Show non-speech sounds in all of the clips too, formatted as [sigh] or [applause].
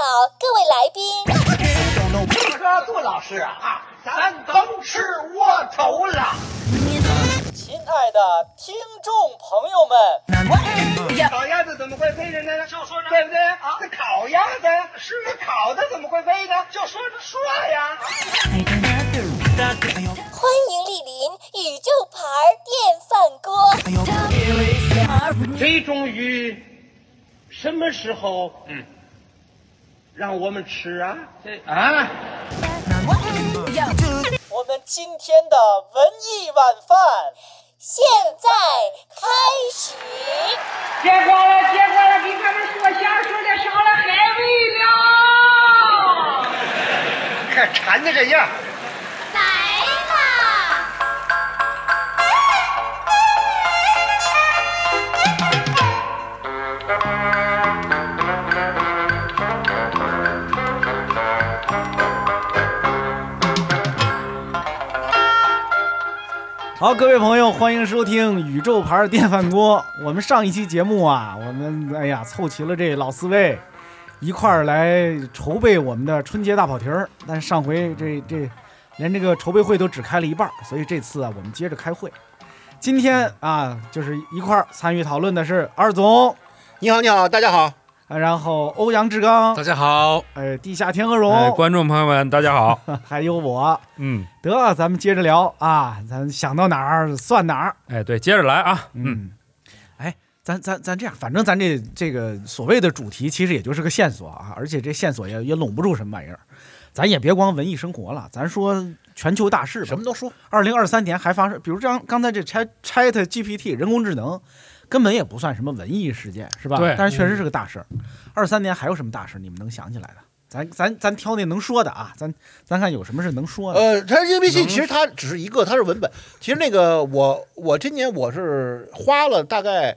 好，各位来宾，科杜老师啊，咱甭吃窝头了。亲爱的听众朋友们，烤鸭子怎么会飞着呢？就说呢，对不对啊？那烤鸭子是那烤的怎么会飞呢？就说着说呀。欢迎莅临宇宙牌电饭锅。这种鱼什么时候嗯让我们吃啊？这啊，我们今天的文艺晚饭，现在开始，结果了，结果了，给俺们说相声的上了海味了。看馋的这样。来啦！好，各位朋友，欢迎收听宇宙牌电饭锅。我们上一期节目啊，我们哎呀凑齐了这老四位，一块儿来筹备我们的春节大跑题儿。但上回这这连这个筹备会都只开了一半儿，所以这次啊，我们接着开会。今天啊，就是一块儿参与讨论的是二总，你好，你好，大家好。啊然后欧阳志刚大，家好，呃，地下天鹅哎，绒，观众朋友们，大家 [laughs] 好。还有我。嗯，得，咱们接着聊啊，咱想到哪儿算哪儿。哎，对，接着来啊。嗯，嗯，哎，咱咱咱这样，反正咱这这个所谓的主题，其实也就是个线索啊，而且这线索也也拢不住什么玩意儿。咱也别光文艺生活了，咱说全球大事吧。什么都说，二零二三年还发生，比如这样，刚才这 Chat Chat GPT 人工智能，根本也不算什么文艺事件，是吧？对但是确嗯实是个大事儿。二三、年还有什么大事儿你们能想起来的？咱咱咱挑那能说的啊，咱咱看有什么是能说的。呃，它 GPT 其实它只是一个，它是文本。其实那个我我今年我是花了大概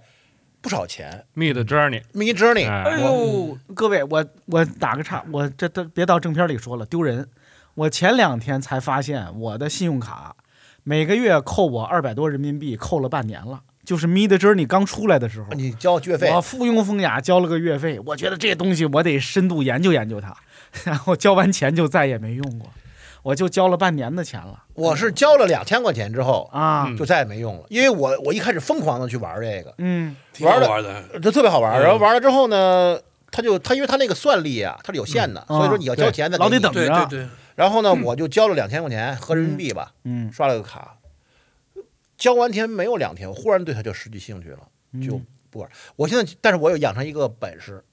不少钱，Meet Journey， ，Me Journey，、嗯哎呦，各位，我我打个岔，我这都别到正片里说了，丢人。我前两天才发现我的信用卡每个月扣我二百多人民币，扣了半年了，就是 Mid Journey 刚出来的时候。你交月费我，附庸风雅交了个月费，我觉得这东西我得深度研究研究它， [laughs] 然后交完钱就再也没用过，我就交了半年的钱了我是交了两千块钱之后啊，嗯就再也没用了，因为我我一开始疯狂的去玩这个，嗯挺好玩的。这特别好玩。嗯然后玩了之后呢，它就它因为它那个算力啊，它是有限的，嗯所以说你要交对钱再老得给你等着，对，然后呢，我就交了两千块钱合人民币吧，嗯刷了个卡。交完钱没有两天，我忽然对它就失去兴趣了。嗯就不玩。我现在，但是我有养成一个本事，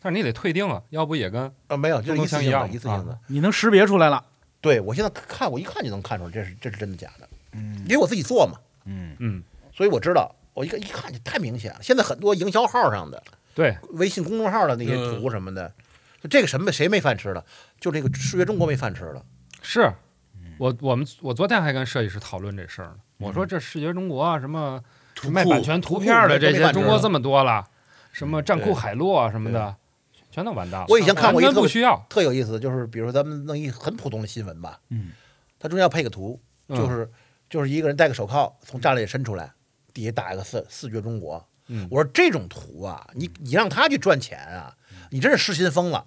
但是你得退订啊，要不也跟呃，没有，就都是一能次像性一的，样一次性的。你能识别出来了，对我现在看，我一看就能看出来，这是这是真的假的，嗯因为我自己做嘛，嗯嗯，所以我知道。我一看一看就太明显了。现在很多营销号上的、对，微信公众号的那些图什么的，就这个什么谁没饭吃了？就这个数学中国没饭吃了。是我我们我昨天还跟设计师讨论这事儿呢。我说这视觉中国啊，什么卖版权图片的图库这没些，版中权国了这么多了，什么战库对海洛啊什么的，全都完蛋了。我以前看过一完全个特不别需要，特有意思，就是比如说咱们弄一很普通的新闻吧，嗯，它中间要配个图，嗯就是就是一个人戴个手铐从栅栏里伸出来，底下打一个四四绝中国。嗯我说这种图啊，你你让他去赚钱啊，你真是失心疯了，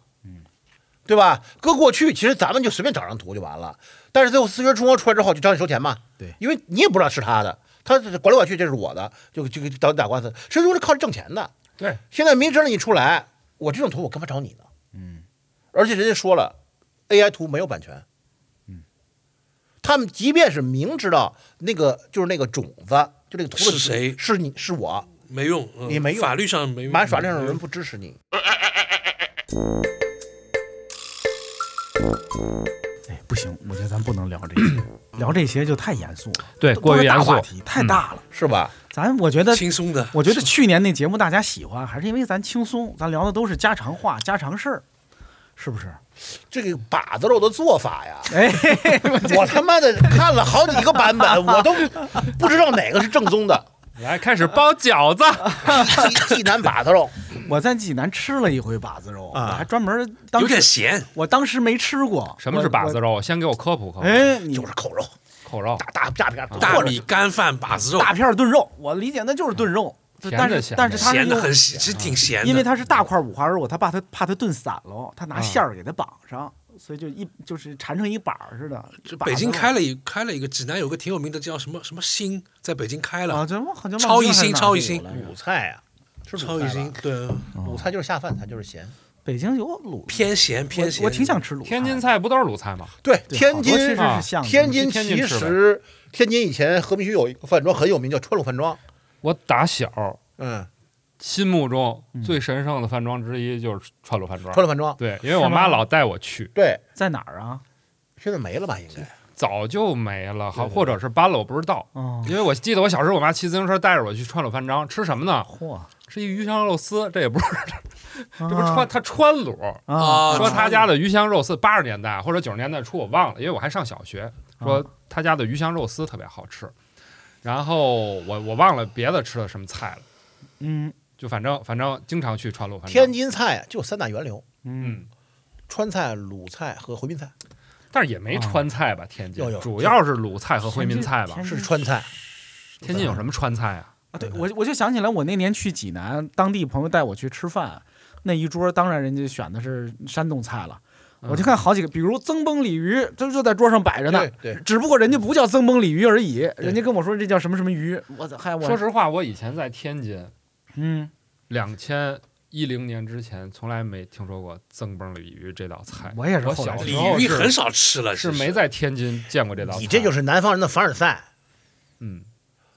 对吧？搁过去其实咱们就随便找张图就完了，但是最后四绝中国出来之后就找你收钱嘛，对，因为你也不知道是他的，他是管来管去这是我的，就就就找你打官司，所以说是靠这挣钱的。对，现在明知道你出来，我这种图我干嘛找你呢？嗯，而且人家说了，AI 图没有版权。嗯，他们即便是明知道那个就是那个种子，就那个图的是谁是你是我，没用，嗯你没用法律上没用，嗯马耍这种人不支持你。哎，不行，我觉得咱不能聊这些，聊这些就太严肃了，对，都过于是大严肃话。题太大了。是吧？咱我觉得，轻松的。我觉得去年那节目大家喜欢，还是因为咱轻松，咱聊的都是家常话、家常事儿，是不是？这个把子肉的做法呀，哎， [laughs] 我他妈的看了好几个版本，我都不知道哪个是正宗的。来，开始包 [laughs] 饺子。济济南把子肉，我在济南吃了一回把子肉，啊我还专门当有时点咸，我当时没吃过。什么是我把子？肉？先给我科普科我普。哎，你就是扣肉，口罩。大大大片儿，大或者米干饭把子肉，大片儿炖肉，我理解那就是炖肉，对闲但着是闲但着是他是闲的用很，是挺闲的。因为它是大块五花肉，他怕它怕它炖散了，他啊拿馅儿给它绑上，所以就一就是缠成一板儿似的。就绑北京上开了一开了一个，济南有个挺有名的叫什么什么星，在北京开啊，了，这好像超一星还是哪儿超都一有星了鲁菜啊，是超鲁一菜星吧，对，鲁菜就是下饭，它就是咸。北京有卤菜，偏咸偏咸。我我挺想吃卤菜的。天津菜不都是鲁菜吗？对，对天好津多其实啊是像的天津天津其吃呗实天津以前和平区有一个饭庄很有名，叫川鲁饭庄。我打小嗯，心目中最神圣的饭庄之一就是川鲁饭庄川。鲁饭庄，对，因为我妈是吗老带我去，对，在哪儿啊？现在没了吧？应该早就没了，好或者是搬了，我不知道。哦，因为我记得我小时候，我妈骑自行车带着我去川鲁饭庄吃什么呢？ [laughs] 嚯，吃一鱼香肉丝，这也不是，这这不是川，它川鲁。啊？啊说他家的鱼香肉丝，八十年代或者九十年代初我忘了，因为我还上小学。说他家的鱼香肉丝特别好吃，然后我我忘了别的吃的什么菜了，嗯就反正反正经常去川鲁饭天庄。津菜啊就三大源流：嗯，嗯，川菜、鲁菜和回民菜。但是也啊没川菜吧？天津有有主要是鲁菜和回民菜吧天？津是川菜，天津有什么川菜啊？啊，对我我就想起来，我那年去济南，当地朋友带我去吃饭，那一桌当然人家选的是山东菜了。嗯我就看好几个，比如增崩鲤鱼，就就在桌上摆着呢对。对，只不过人家不叫增崩鲤鱼而已，人家跟我说这叫什么什么鱼，我操，嗨，我说实话，我以前在天津，嗯，两千一零年之前从来没听说过增崩鲤鱼这道菜。我也是我后来小才鲤时候鱼是很少吃了，是其实没在天津见过这道菜。你这就是是南方人的凡尔赛。嗯，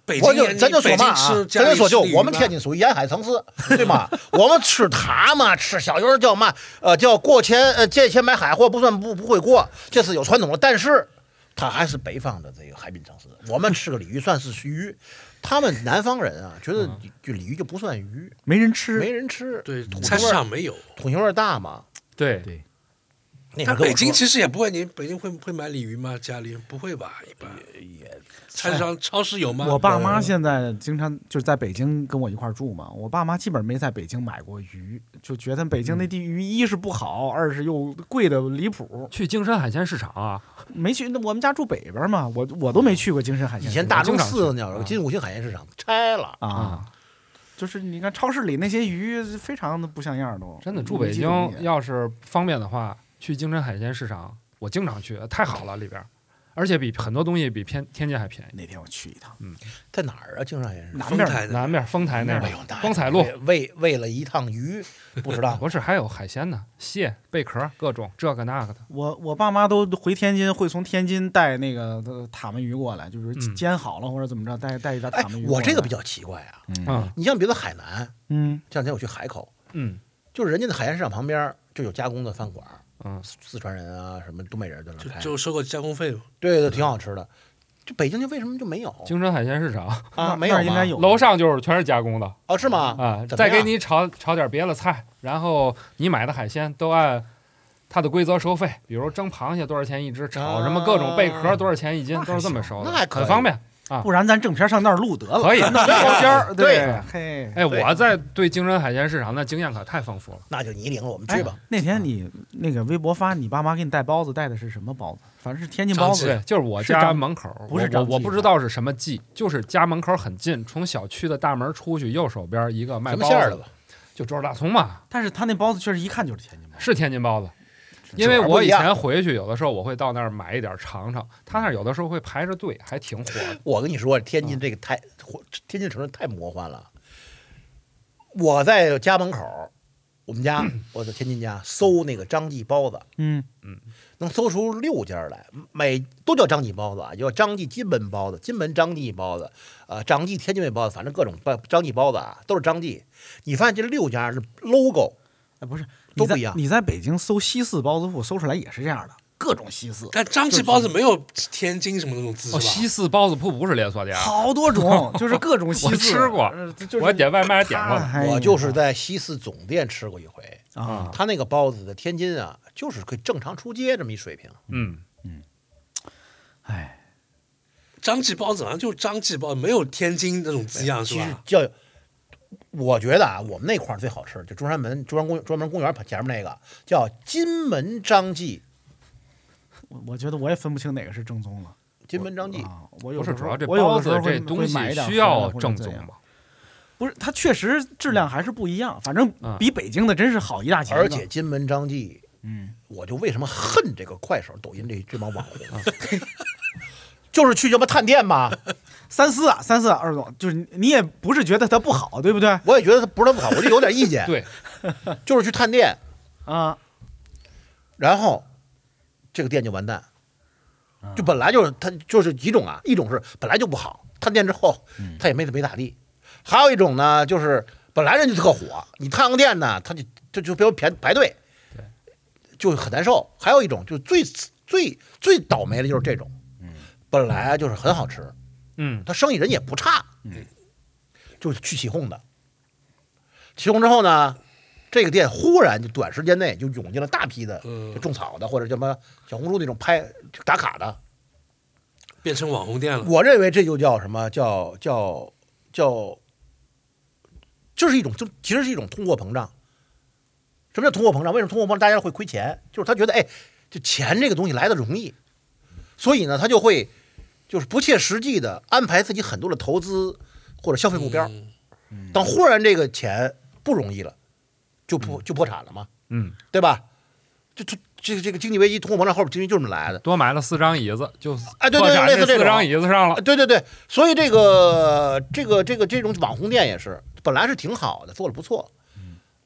北京我就人，咱就说北京嘛吃啊，家咱就里说吃就鲤鱼我们吗天津属于沿海层次，对吗？我们吃塔嘛，吃小油叫嘛，呃，叫过钱呃借钱买海货不算不不会过，这是有传统的。但是它还是北方的这个海滨城市，我们吃个鲤鱼算是鱼，他们南方人啊觉得就鲤鱼就不算鱼，没人吃，没人吃，嗯对，土菜腥市味儿场没有。土腥味儿大嘛。对对那会但儿跟我北京说其实也不会，你北京会会买鲤鱼吗？家里不会吧？一般也菜市场、超市有吗？我爸妈现在经常就是在北京跟我一块儿住嘛，我爸妈基本没在北京买过鱼，就觉得北京那地鱼一是不好，二是又贵的离谱，去京山海鲜市场啊，没去。那我们家住北边嘛，我我都没去过京山海鲜以市场。前大经钟常寺那儿嗯有个金五星海鲜市场拆了，啊，嗯就是你看超市里那些鱼非常的不像样儿都。真的住北没几种京，也要是方便的话，去京山海鲜市场，我经常去，太好了里边儿，而且比很多东西比天天津还便宜。哪天我去一趟在哪儿啊？京山海鲜市场。南丰边儿台的南面丰台那哎边呦，那光彩路为为为了一趟鱼，不知道 [laughs] 不是还有海鲜呢，蟹、贝壳各种这个那个的。我我爸妈都回天津，会从天津带那个呃塔门鱼过来，就是嗯煎好了或者怎么着，带带一点哎塔门鱼，过来。我这个比较奇怪啊。嗯你像比如海南，嗯这两天我去海口，嗯就是人家的海鲜市场旁边就有加工的饭馆，嗯，四川人啊，什么东北人在那就儿开，就收个加工费嘛。对对，挺好吃的。就北京就为什么就没有京山海鲜市场那啊？没有那儿应该 [laughs] 吗有楼上就是全是加工的哦，是吗？啊，怎么再给样你炒炒点别的菜，然后你买的海鲜都按。它的规则收费，比如蒸螃蟹多少钱一只，炒什么各种贝壳多少钱一斤，那还都是这么收的，啊行那还可以啊很方便。不然咱正片上那儿录得了，可以啊咱弄标间儿，对对，嘿。哎，对我在对京山海鲜市场那经验可太丰富了。那就你领了我们去吧。哎那天你那个微博发你爸妈给你带包子，带的是什么包子？反正是天津包长子对，就是我是张家门口，不是我张记我我不知道是什么记，就是家门口很近，从小区的大门出去，右手边一个卖什么包馅儿的子吧？就周大葱嘛，但是他那包子确实一看就是天津包子。是天津包子。因为我以前回去，有的时候我会到那儿买一点尝尝，他那儿有的时候会排着队，还挺火的。我跟你说，天津这个太天津城市太魔幻了。我在家门口，我们家我在天津家搜那个张记包子，嗯，能搜出六家来，每都叫张记包子啊，有张记金门包子、金门张记包子，呃，张记天津卫包子，反正各种包张记包子啊，都是张记。你发现这六家是 logo，哎，不是，你都在不一样你在北京搜西四包子铺，搜出来也是这样的，各种西四，但张记包子没有天津什么那种滋哦，是西吧？四包子铺不是连锁店啊，好多种，就是各种西我四。吃过呃就是我点外卖还点过哎他。我就是在西四总店吃过一回，嗯啊，他那个包子在天津啊，就是可以正常出街这么一水平。嗯，哎，张记包子好像就是张记包，没有天津那种字样是其实吧？叫，我觉得啊，我们那块儿最好吃，就中山门、中山公中山门公园前面那个叫金门张记，我我觉得我也分不清哪个是正宗了金门张记。啊。我有不时候是主要这我有包的时子候会这东会买西一点需回来要或者正怎宗样吗？不是，它确实质量还是不一样，反正嗯比北京的真是好一大截呢。而且金门张继，嗯，我就为什么恨这个快手、抖音这这帮网红，啊 [laughs] 就是去他妈探店吧，三思啊，三思啊，二总，就是你你也不是觉得它不好，对不对？我也觉得他不是他不好，我就有点意见，对，就是去探店，啊，然后这个店就完蛋，就本来就是它就是几种啊，一种是本来就不好，探店之后它也没没咋地，还有一种呢就是本来人就特火，你探个店呢，他就就就别人排排队，就很难受。还有一种就是最最最倒霉的就是这种，本来就是很好吃，嗯，他生意人也不差，就是去起哄的。起哄之后呢，这个店忽然就短时间内就涌进了大批的嗯就种草的或者叫什么小红书那种拍打卡的。变成网红店了。我认为这就叫什么叫叫叫，这是一种就其实是一种通货膨胀。什么叫通货膨胀？为什么通货膨胀大家会亏钱？就是他觉得哎，就钱这个东西来的容易，所以呢，他就会就是不切实际的安排自己很多的投资或者消费目标。嗯等忽然这个钱不容易了，就破就破产了嘛，嗯，对吧？就就这个这个经济危机，通货膨胀后边经济就是这么来的。多买了四张椅子，就啊哎对对破产类似这四种张椅子上了啊，，对对对，所以这个这个这个这种网红店也是，本来是挺好的，做的不错，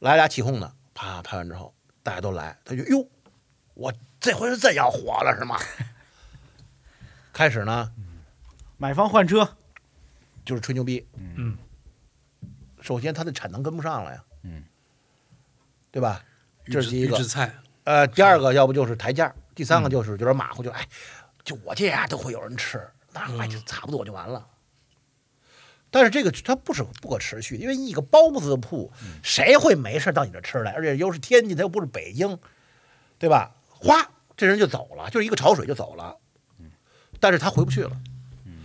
来俩起哄的，啪拍完之后，大家都来，他就哟，我这回是真要火了是吗？ [laughs] 开始呢买房换车，就是吹牛逼，嗯，首先它的产能跟不上了呀，嗯，对吧？预这制是一预个制菜，呃，第二个要不就是抬价儿，第三个就是有点马虎，就哎，就我这样都会有人吃，那哎就差不多就完了。但是这个它不是不可持续，因为一个包子铺谁会没事儿到你这吃来？而且又是天津，它又不是北京，对吧？哗，这人就走了，就是一个潮水就走了。但是他回不去了，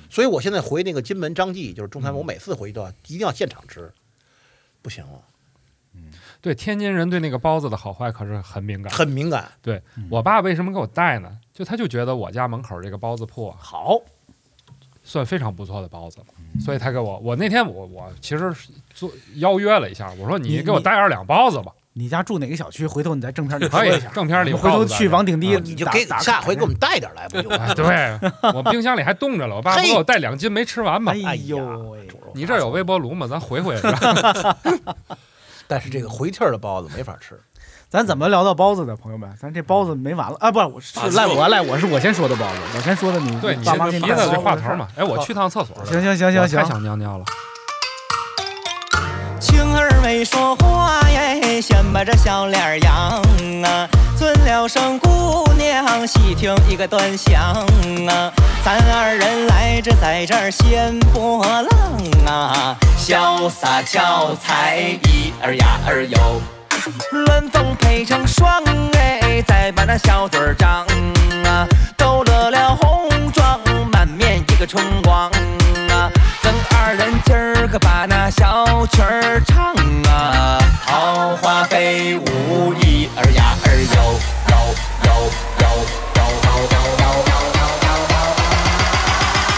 所以我现在回那个金门张记，就是中餐，我每次回去都要一定要现场吃，不行了，对，天津人对那个包子的好坏可是很敏感。很敏感。对我爸为什么给我带呢？就他就觉得我家门口这个包子铺啊好，算非常不错的包子了，所以他给我，我那天我我其实是做邀约了一下，我说你你给我带二两包子吧，你家住哪个小区？回头你在正片里说可以一下，。正片里回头去王顶。顶低，你就给打下回给我们带点儿来不就完了哎，？对我冰箱里还冻着了，我爸不给我带两斤没吃完嘛。哎呦喂，你这儿有微波炉吗？咱回回。是 [laughs] 吧但是这个回气儿的包子没法吃，咱怎么聊到包子的，朋友们？咱这包子没完了啊！不是，我是赖我赖我，是我先说的包子，我先说的你对你你爸妈给提你的带这包话子的头嘛。哎，我去趟厕所了。事儿。行行行我行太行，想尿尿了。青儿没说话耶，先把这小脸儿扬啊，尊了声姑娘，细听一个端详啊。咱二人来这在这儿掀波浪啊，潇洒俏才一儿呀儿哟，鸾凤配成双哎，再把那小嘴儿张啊，都乐了红妆，满面一个春光啊。咱二人今儿个把那小曲儿唱啊，桃花飞舞一儿呀儿哟哟哟哟哟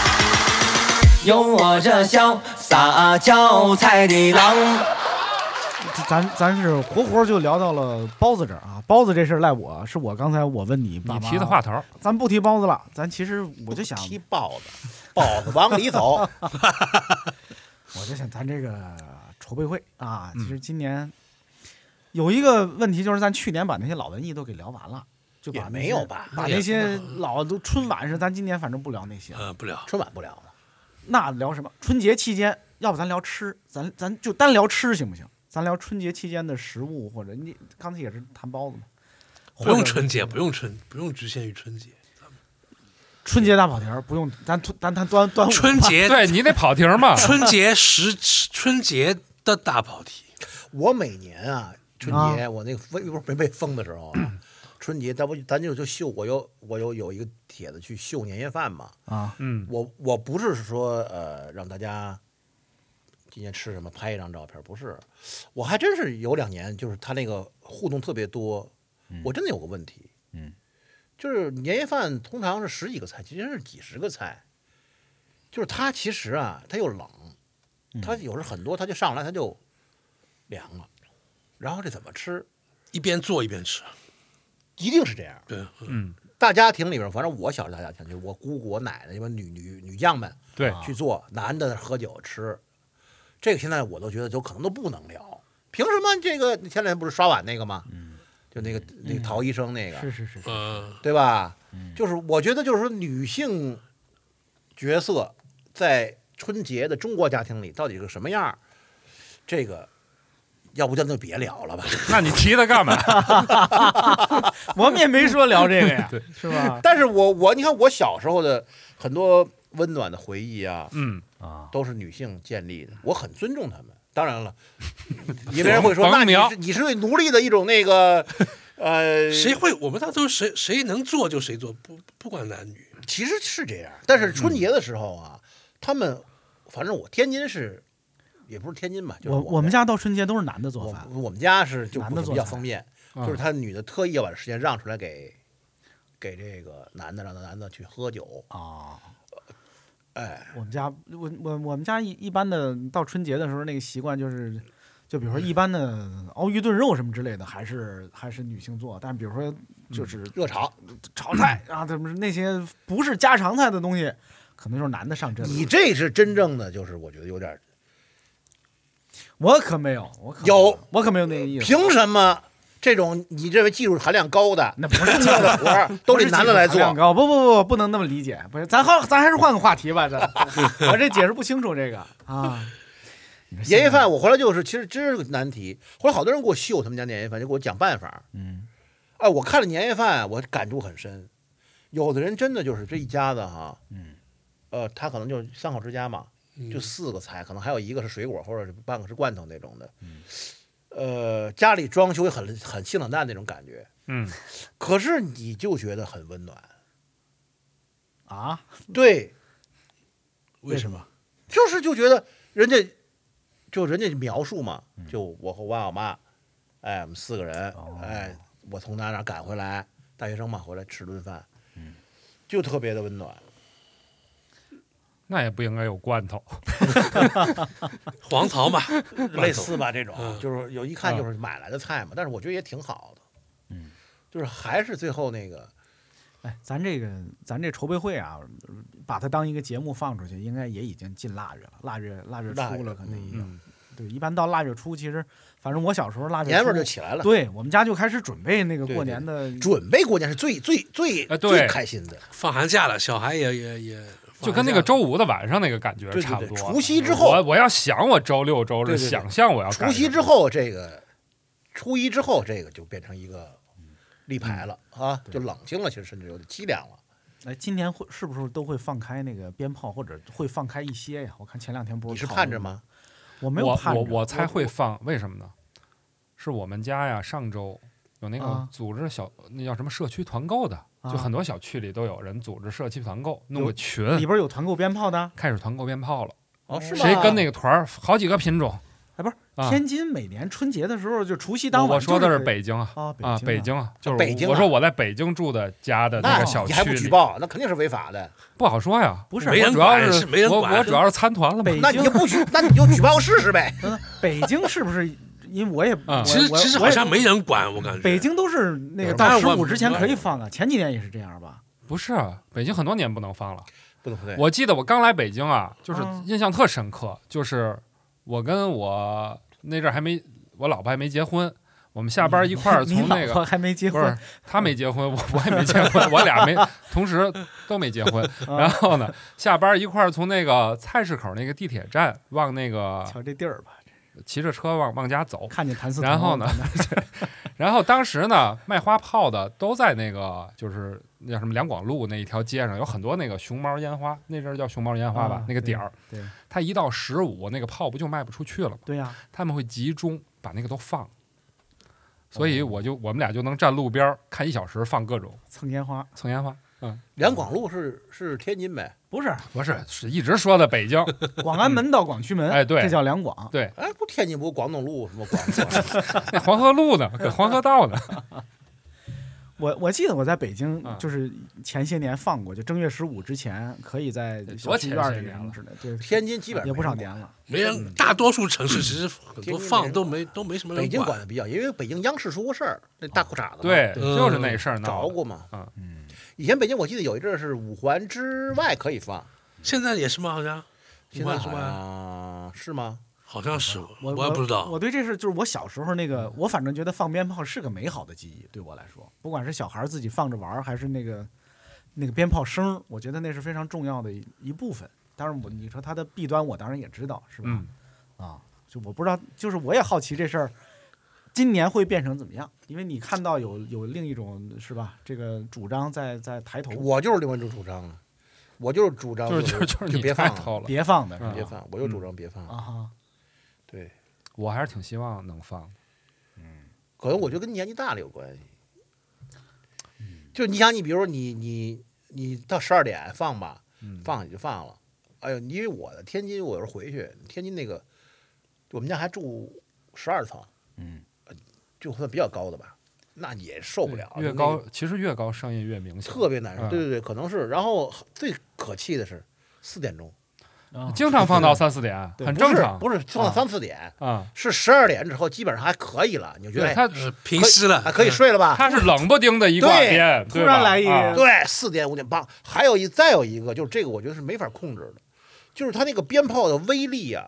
哟哟哟哟哟。有我这潇洒叫菜的郎，咱咱是活活就聊到了包子这儿啊。包子这事儿赖我，是我刚才我问你爸你妈提的话，头，咱不提包子了。咱其实我就想，踢豹子，豹子往里走。我就想咱这个筹备会啊，其实今年有一个问题就是，咱去年把那些老文艺都给聊完了，就把也那没些有吧把也那些老都春晚是，咱今年反正不聊那些了。嗯，不了。春晚不聊了，那聊什么？春节期间，要不咱聊吃，咱咱就单聊吃行不行？咱聊春节期间的食物，或者你刚才也是谈包子嘛，不用春节，不用春，不用局限于春节。春节大跑题儿不用，咱咱谈端端午吧春节，对你得跑题儿嘛。春节时，春节的大跑题，我每年啊春节，我那个微博没被封的时候 [clears throat] 啊，春节咱不咱就就秀，我有我有有一个帖子去秀年夜饭嘛。啊，嗯，我我不是说呃让大家今天吃什么拍一张照片，不是，我还真是有两年就是他那个互动特别多，我真的有个问题，嗯，就是年夜饭通常是十几个菜，其实是几十个菜，就是它其实啊它又冷，它有时很多它就上来它就凉了，然后这怎么吃？一边做一边吃，一定是这样。对，嗯嗯大家庭里边，反正我小时候大家庭，就是我姑姑、我奶奶一帮女女女将们对啊去做，男的喝酒吃，这个现在我都觉得都可能都不能聊。凭什么这个前两天不是刷碗那个吗？就那个那个陶医生那个，是是是，嗯，对吧？就是我觉得就是说女性角色在春节的中国家庭里到底是个什么样儿，这个要不咱就别聊了吧。那你提它 [laughs] 干嘛？我们也没说聊这个 [laughs] 呀，是吧？但是我我你看我小时候的很多温暖的回忆啊，嗯，啊，都是女性建立嗯的，我很尊重她们。当 [laughs] 然了，有的人会说，王那王你苗是你是对奴隶的一种 [laughs] 那个，呃，谁会？我们那都是谁谁能做就谁做，不不管男女。其实是这样，但是春节的时候嗯啊，他们反正我天津是，也不是天津吧，就是我我们家到春节都是男的做饭我，我们家是就男不的是做比较菜方便，啊就是他女的特意要把时间让出来给给这个男的，让男的去喝酒。啊。哎，我们家我我我们家一一般的到春节的时候，那个习惯就是，就比如说一般的熬鱼炖肉什么之类的，还是还是女性做，但比如说就是嗯热炒，炒菜啊，怎么那些不是家常菜的东西，可能就是男的上阵了。你这是真正的，就是我觉得有点儿我可没有，我可没有我可没有那个意思。凭什么这种你认为技术含量高的那不是重 [laughs] 要的活儿都得男的来不是技术含量高做？不不不，不能那么理解。不是，咱好，咱还是换个话题 [laughs] 吧。这我这解释不清楚这个啊。你说现在年夜，饭我回来就是，其实真是个难题。后来好多人给我秀他们家年夜饭，就给我讲办法。嗯，哎，我看了年夜饭，我感触很深。有的人真的就是这一家子哈，嗯，呃，他可能就是三口之家嘛，嗯就四个菜，可能还有一个是水果或者是半个是罐头那种的。嗯呃，家里装修也很很性冷淡那种感觉，嗯，可是你就觉得很温暖。啊，对，为什么？就是就觉得人家就人家描述嘛，就我和我爸我妈，哎，我们四个人，哎，我从哪哪赶回来，大学生嘛，回来吃顿饭，就特别的温暖。那也不应该有罐头。黄桃嘛， [laughs] 类似吧，这种嗯就是有一看就是买来的菜嘛，但是我觉得也挺好的，嗯，就是还是最后那个哎，咱这个咱这筹备会啊，把它当一个节目放出去，应该也已经进腊月了，腊月腊月腊初月了，可能已经。嗯对，一般到腊月初，其实反正我小时候腊月年味儿初就起来了。对我们家就开始准备那个对过对年的准备过年是最最最哎对最开心的，放寒假了，小孩也也也放就跟那寒假个了周五的晚上那个感觉对对对差不多。除夕之后我我要想我周六周对日对对想象我要干除夕什么之后这个，初一之后这个就变成一个立牌了啊，就冷清了，其实甚至有点凄凉了。哎，今年会是不是都会放开那个鞭炮，或者会放开一些呀？我看前两天不你是是讨盼论着吗？吗？我没有我盼着，我我猜会放，为什么呢？是我们家呀，上周有那个啊组织小、那叫什么社区团购的，啊就很多小区里都有人组织社区团购，弄有个群，里边有团购鞭炮的。啊开始团购鞭炮了。哦，是吗？谁跟那个团儿好几个品种？哎，不是，啊天津每年春节的时候，就除夕我当晚，我说的是北京啊。啊啊，北北京京啊，就是北京啊我说我在北京住的家的那那个小你区还不举里，报，那肯定是违法的。不好说呀。不是我没人主要管是没人我管我主要是参团了嘛北。那你就不举，那你就举报试试呗。啊，北京是不是？因为我也啊我其实我其实我好也像没人管，我感觉北京都是那个当到然十我五之前可以放啊，前几年也是这样吧？不是啊，北京很多年不能放了。不能不对，我记得我刚来北京啊，就是嗯印象特深刻，就是我跟我那阵儿还没我老婆还没结婚，我们下班一块儿 [laughs] 你从老那个婆还没结不是婚，她没结婚，我我也没结 [laughs] 婚，我俩没同时都没结婚。嗯然后呢，下班一块儿从那个菜市口那个地铁站往那个瞧这地儿吧，骑着车往往家走，看见谭嗣同然后呢，对然后当时呢，卖花炮的都在那个就是那叫什么两广路那一条街上，有很多那个熊猫烟花，那阵儿叫熊猫烟花吧，啊那个点儿，对对它一到十五，那个炮不就卖不出去了吗？对呀，他们会集中把那个都放，所哦以我就我们俩就能站路边儿看一小时放各种蹭烟花蹭烟花。嗯，两广路是是天津呗？不是不是，是一直说的北京，广安门到广渠门，哎对这叫两广。对，哎，不天津不是广东路什么广东？ [laughs] 那黄河路呢，跟黄河道呢，我我记得我在北京啊就是前些年放过，就正月十五之前可以在得小多区前院儿些里年什么了之类的，对，天津基本上也不少没人年了。没人，大多数城市其实很天津多没放人都管没都没什么人北京管的比较，因为北京央视出过事儿，那大裤衩子嘛对，嗯就是那事儿闹着的。过嘛。啊嗯以前北京我记得有一阵儿是五环之外可以放，现在也是吗？好像现在是好吧？像是吗？好像是，我我也不知道我。对这事就是我小时候那个，我反正觉得放鞭炮是个美好的记忆，对我来说，不管是小孩儿自己放着玩儿，还是那个那个鞭炮声儿，我觉得那是非常重要的一一部分。当然我，你说它的弊端，我当然也知道，是吧？嗯，啊，就我不知道，就是我也好奇这事儿，今年会变成怎么样？因为你看到有有另一种是吧？这个主张在在抬头，我就是另外一种主张啊，我就是主张就是是就是就是你别太放了，偷了，啊嗯别放的是吧？别放，我就主张别放。啊哈，对，我还是挺希望能放的。可能我觉得跟年纪大了有关系。就你想，你比如说你你你到十二点放吧，嗯放也就放了。哎呦，因为我的天津，我有时候回去，天津那个我们家还住十二层，嗯呃，就算比较高的吧，那也受不了，对越那个高其实越高声音越明显，特别难受。嗯对对对，可能是。然后最可气的是四点钟，啊经常放到三四点，对很不正是常。不是放到三四点，啊，是十二点之后基本上还可以了，你就觉得对哎他呃，平息了啊，可以。睡了吧？他是冷不丁的一挂对鞭，突对然吧来一啊对，四点五点八，还有一再有一个就是这个，我觉得是没法控制的，就是它那个鞭炮的威力啊，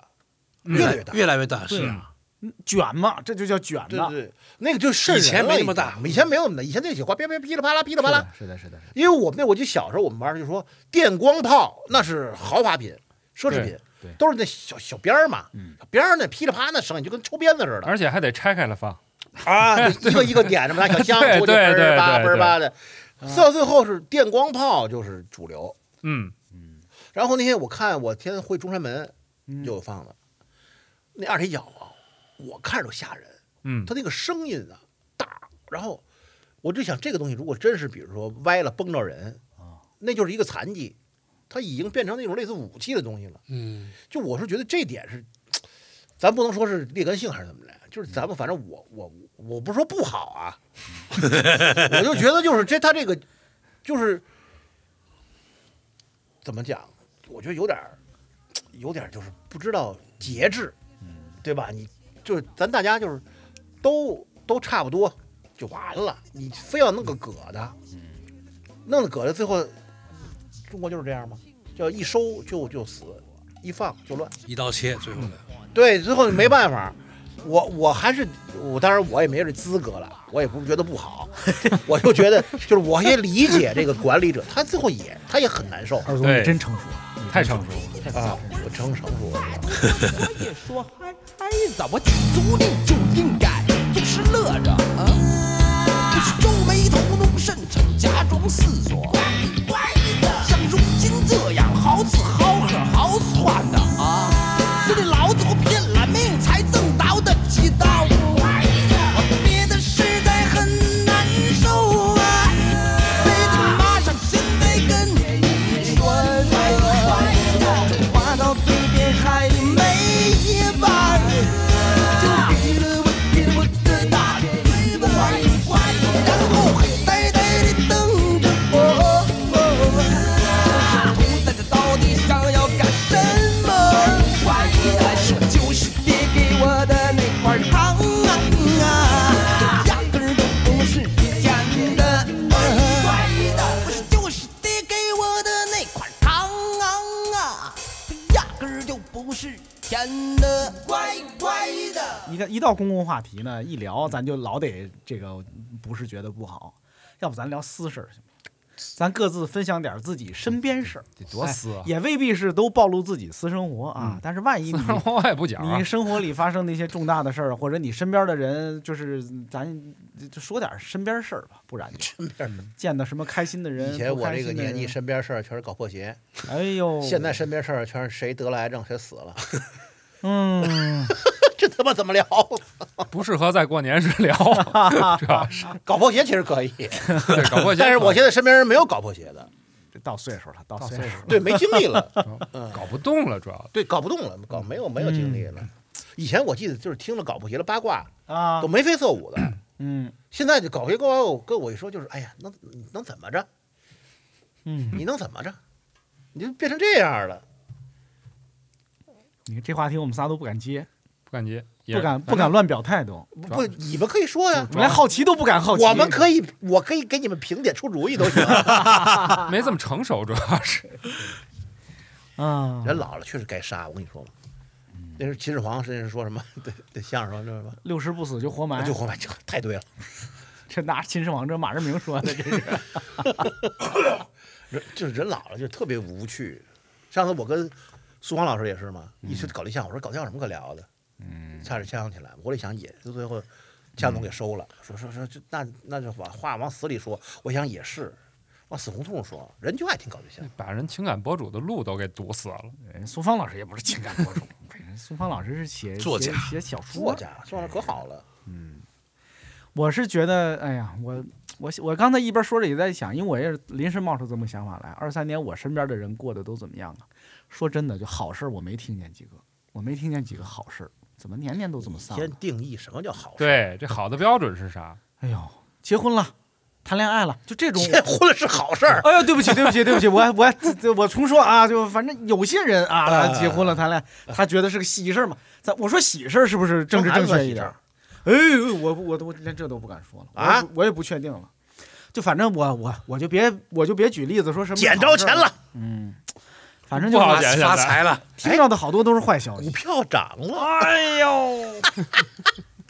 嗯越来越大。越来越大，是对啊，嗯卷嘛，这就叫卷对呐。对对，那个就渗人以前了没那么大已经以前没有那么大，以前那雪花噼噼噼里啪啦噼里啪啦。是的，是的，是的，因为我们那我就小时候我们玩儿就说电光炮那是豪华品、奢侈品对对，都是那小小鞭儿嘛嗯，小鞭儿那噼里啪啦那声音就跟抽鞭子似的而且还得拆开了放。 [laughs] 啊，就一个一个点着嘛，拿小香对出去对嘣儿对吧对嘣儿吧的，到最后是电光炮就是主流。嗯，然后那天我看我天回中山门嗯就有放的，那二踢脚啊，我看着都吓人，嗯他，那个声音啊大，然后我就想这个东西如果真是比如说歪了崩着人啊，那就是一个残疾，它已经变成那种类似武器的东西了。嗯，就我是觉得这点是，咱不能说是劣根性还是怎么着，就是咱们反正我我我不是说不好啊，我就觉得就是这他这个就是怎么讲，我觉得有点儿有点儿就是不知道节制，对吧？你就是咱大家就是都都差不多就完了，你非要弄个葛的，弄个葛的最后中国就是这样吗？叫一收就就死，一放就乱。一刀切，最后的对，最后没办法， [laughs] 我我还是我，当然我也没这资格了，我也不是觉得不好， [laughs] 我就觉得就是我也理解这个管理者，他最后也他也很难受二总对你真成熟，你太真成熟熟了，啊，我成成熟了。所以 [laughs] 说，嗨嗨，哎怎么注定就应该总是乐着啊？你是皱眉头弄甚忒假装思索，像如今这样好吃好喝好穿的啊，是你老祖拼了命才挣到的几刀，憋的实在很难受啊，非得马上心扉跟你说话到嘴边还没一半，就给了我给了我这大嘴巴，然后黑呆呆地瞪着我，像是屠宰的到底上要干什么？再说就是爹给我的那块糖啊，压根儿都不是一天的。不是就是爹给我的那块糖啊，压根儿就不是甜的，乖乖的。一个一到公共话题呢，一聊咱就老得这个不是觉得不好，要不咱聊私事儿行吗？咱各自分享点自己身边事儿，得多撕啊哎！也未必是都暴露自己私生活嗯啊。但是万一你 [laughs] 我也不讲啊你，生活里发生的一些重大的事儿，或者你身边的人，就是咱就说点身边事儿吧，不然就见到什么开心的人，以前不我开这心个的年纪，人，身边事儿全是搞破鞋，哎呦，现在身边事儿全是谁得了癌症谁死了， [laughs] 嗯，这他妈怎么聊？不适合在过年时 [laughs] 聊，主要是搞破鞋其实可以，对搞破鞋。但是我现在身边人没有搞破鞋的，这到岁数了，到岁数了，对，没精力了。搞不动了，主要对，搞不动了，搞没有没有精力了。以前我记得就是听了搞不起了八卦，啊都眉飞色舞的，嗯现在就搞一搞，跟我一说就是，哎呀，能你能怎么着？嗯，你能怎么着？你就变成这样了。你这话题我们仨都不敢接，不敢接，也不敢不敢。乱表态都，不主要不，你们可以说呀，我连好奇都不敢好奇。我们可以，我可以给你们评点出主意都行。反正没这么成熟，主要是。啊，人老了确实该杀，我跟你说吧。那时候秦始皇甚至说什么？对对，相声说这什么？六十不死就活埋，就活埋，就太对了。这拿秦始皇这马志明说的，这 [laughs] 是人就是人老了就特别无趣。上次我跟苏芳老师也是嘛，嗯一直搞对象，我说搞对象有什么可聊的？嗯，差点呛起来。我来想也，就最后江嗯总给收了，说说说，就那那就往话往死里说。我想也是，往死胡同说，人就爱听搞对嗯象。把人情感博主的路都给堵死了。人苏芳老师也不是情感博主，人苏芳老师是 [laughs] 写作家写写小说作家说的可好了，嗯我是觉得，哎呀，我我我刚才一边说着也在想，因为我也是临时冒出这么想法来。二三年我身边的人过得都怎么样啊？说真的，就好事儿我没听见几个，我没听见几个好事儿，怎么年年都这么丧啊？先定义什么叫好事。对，这好的标准是啥？哎呦，结婚了，谈恋爱了，就这种。结婚了是好事儿， [laughs] 哎呦，对不起，对不起，对不起，我还我还这我重说啊，就反正有些人啊，啊结婚了谈恋爱，他觉得是个喜事儿嘛。咱我说喜事儿是不是政治正确一点儿？哎呦，我我我连这都不敢说了啊我也不我也不确定了。就反正我我我就别我就别举例子说什么捡着钱好事儿了，嗯，反正就不好是捡，发财了，听到的好多都是坏消股息。票涨了，哎呦，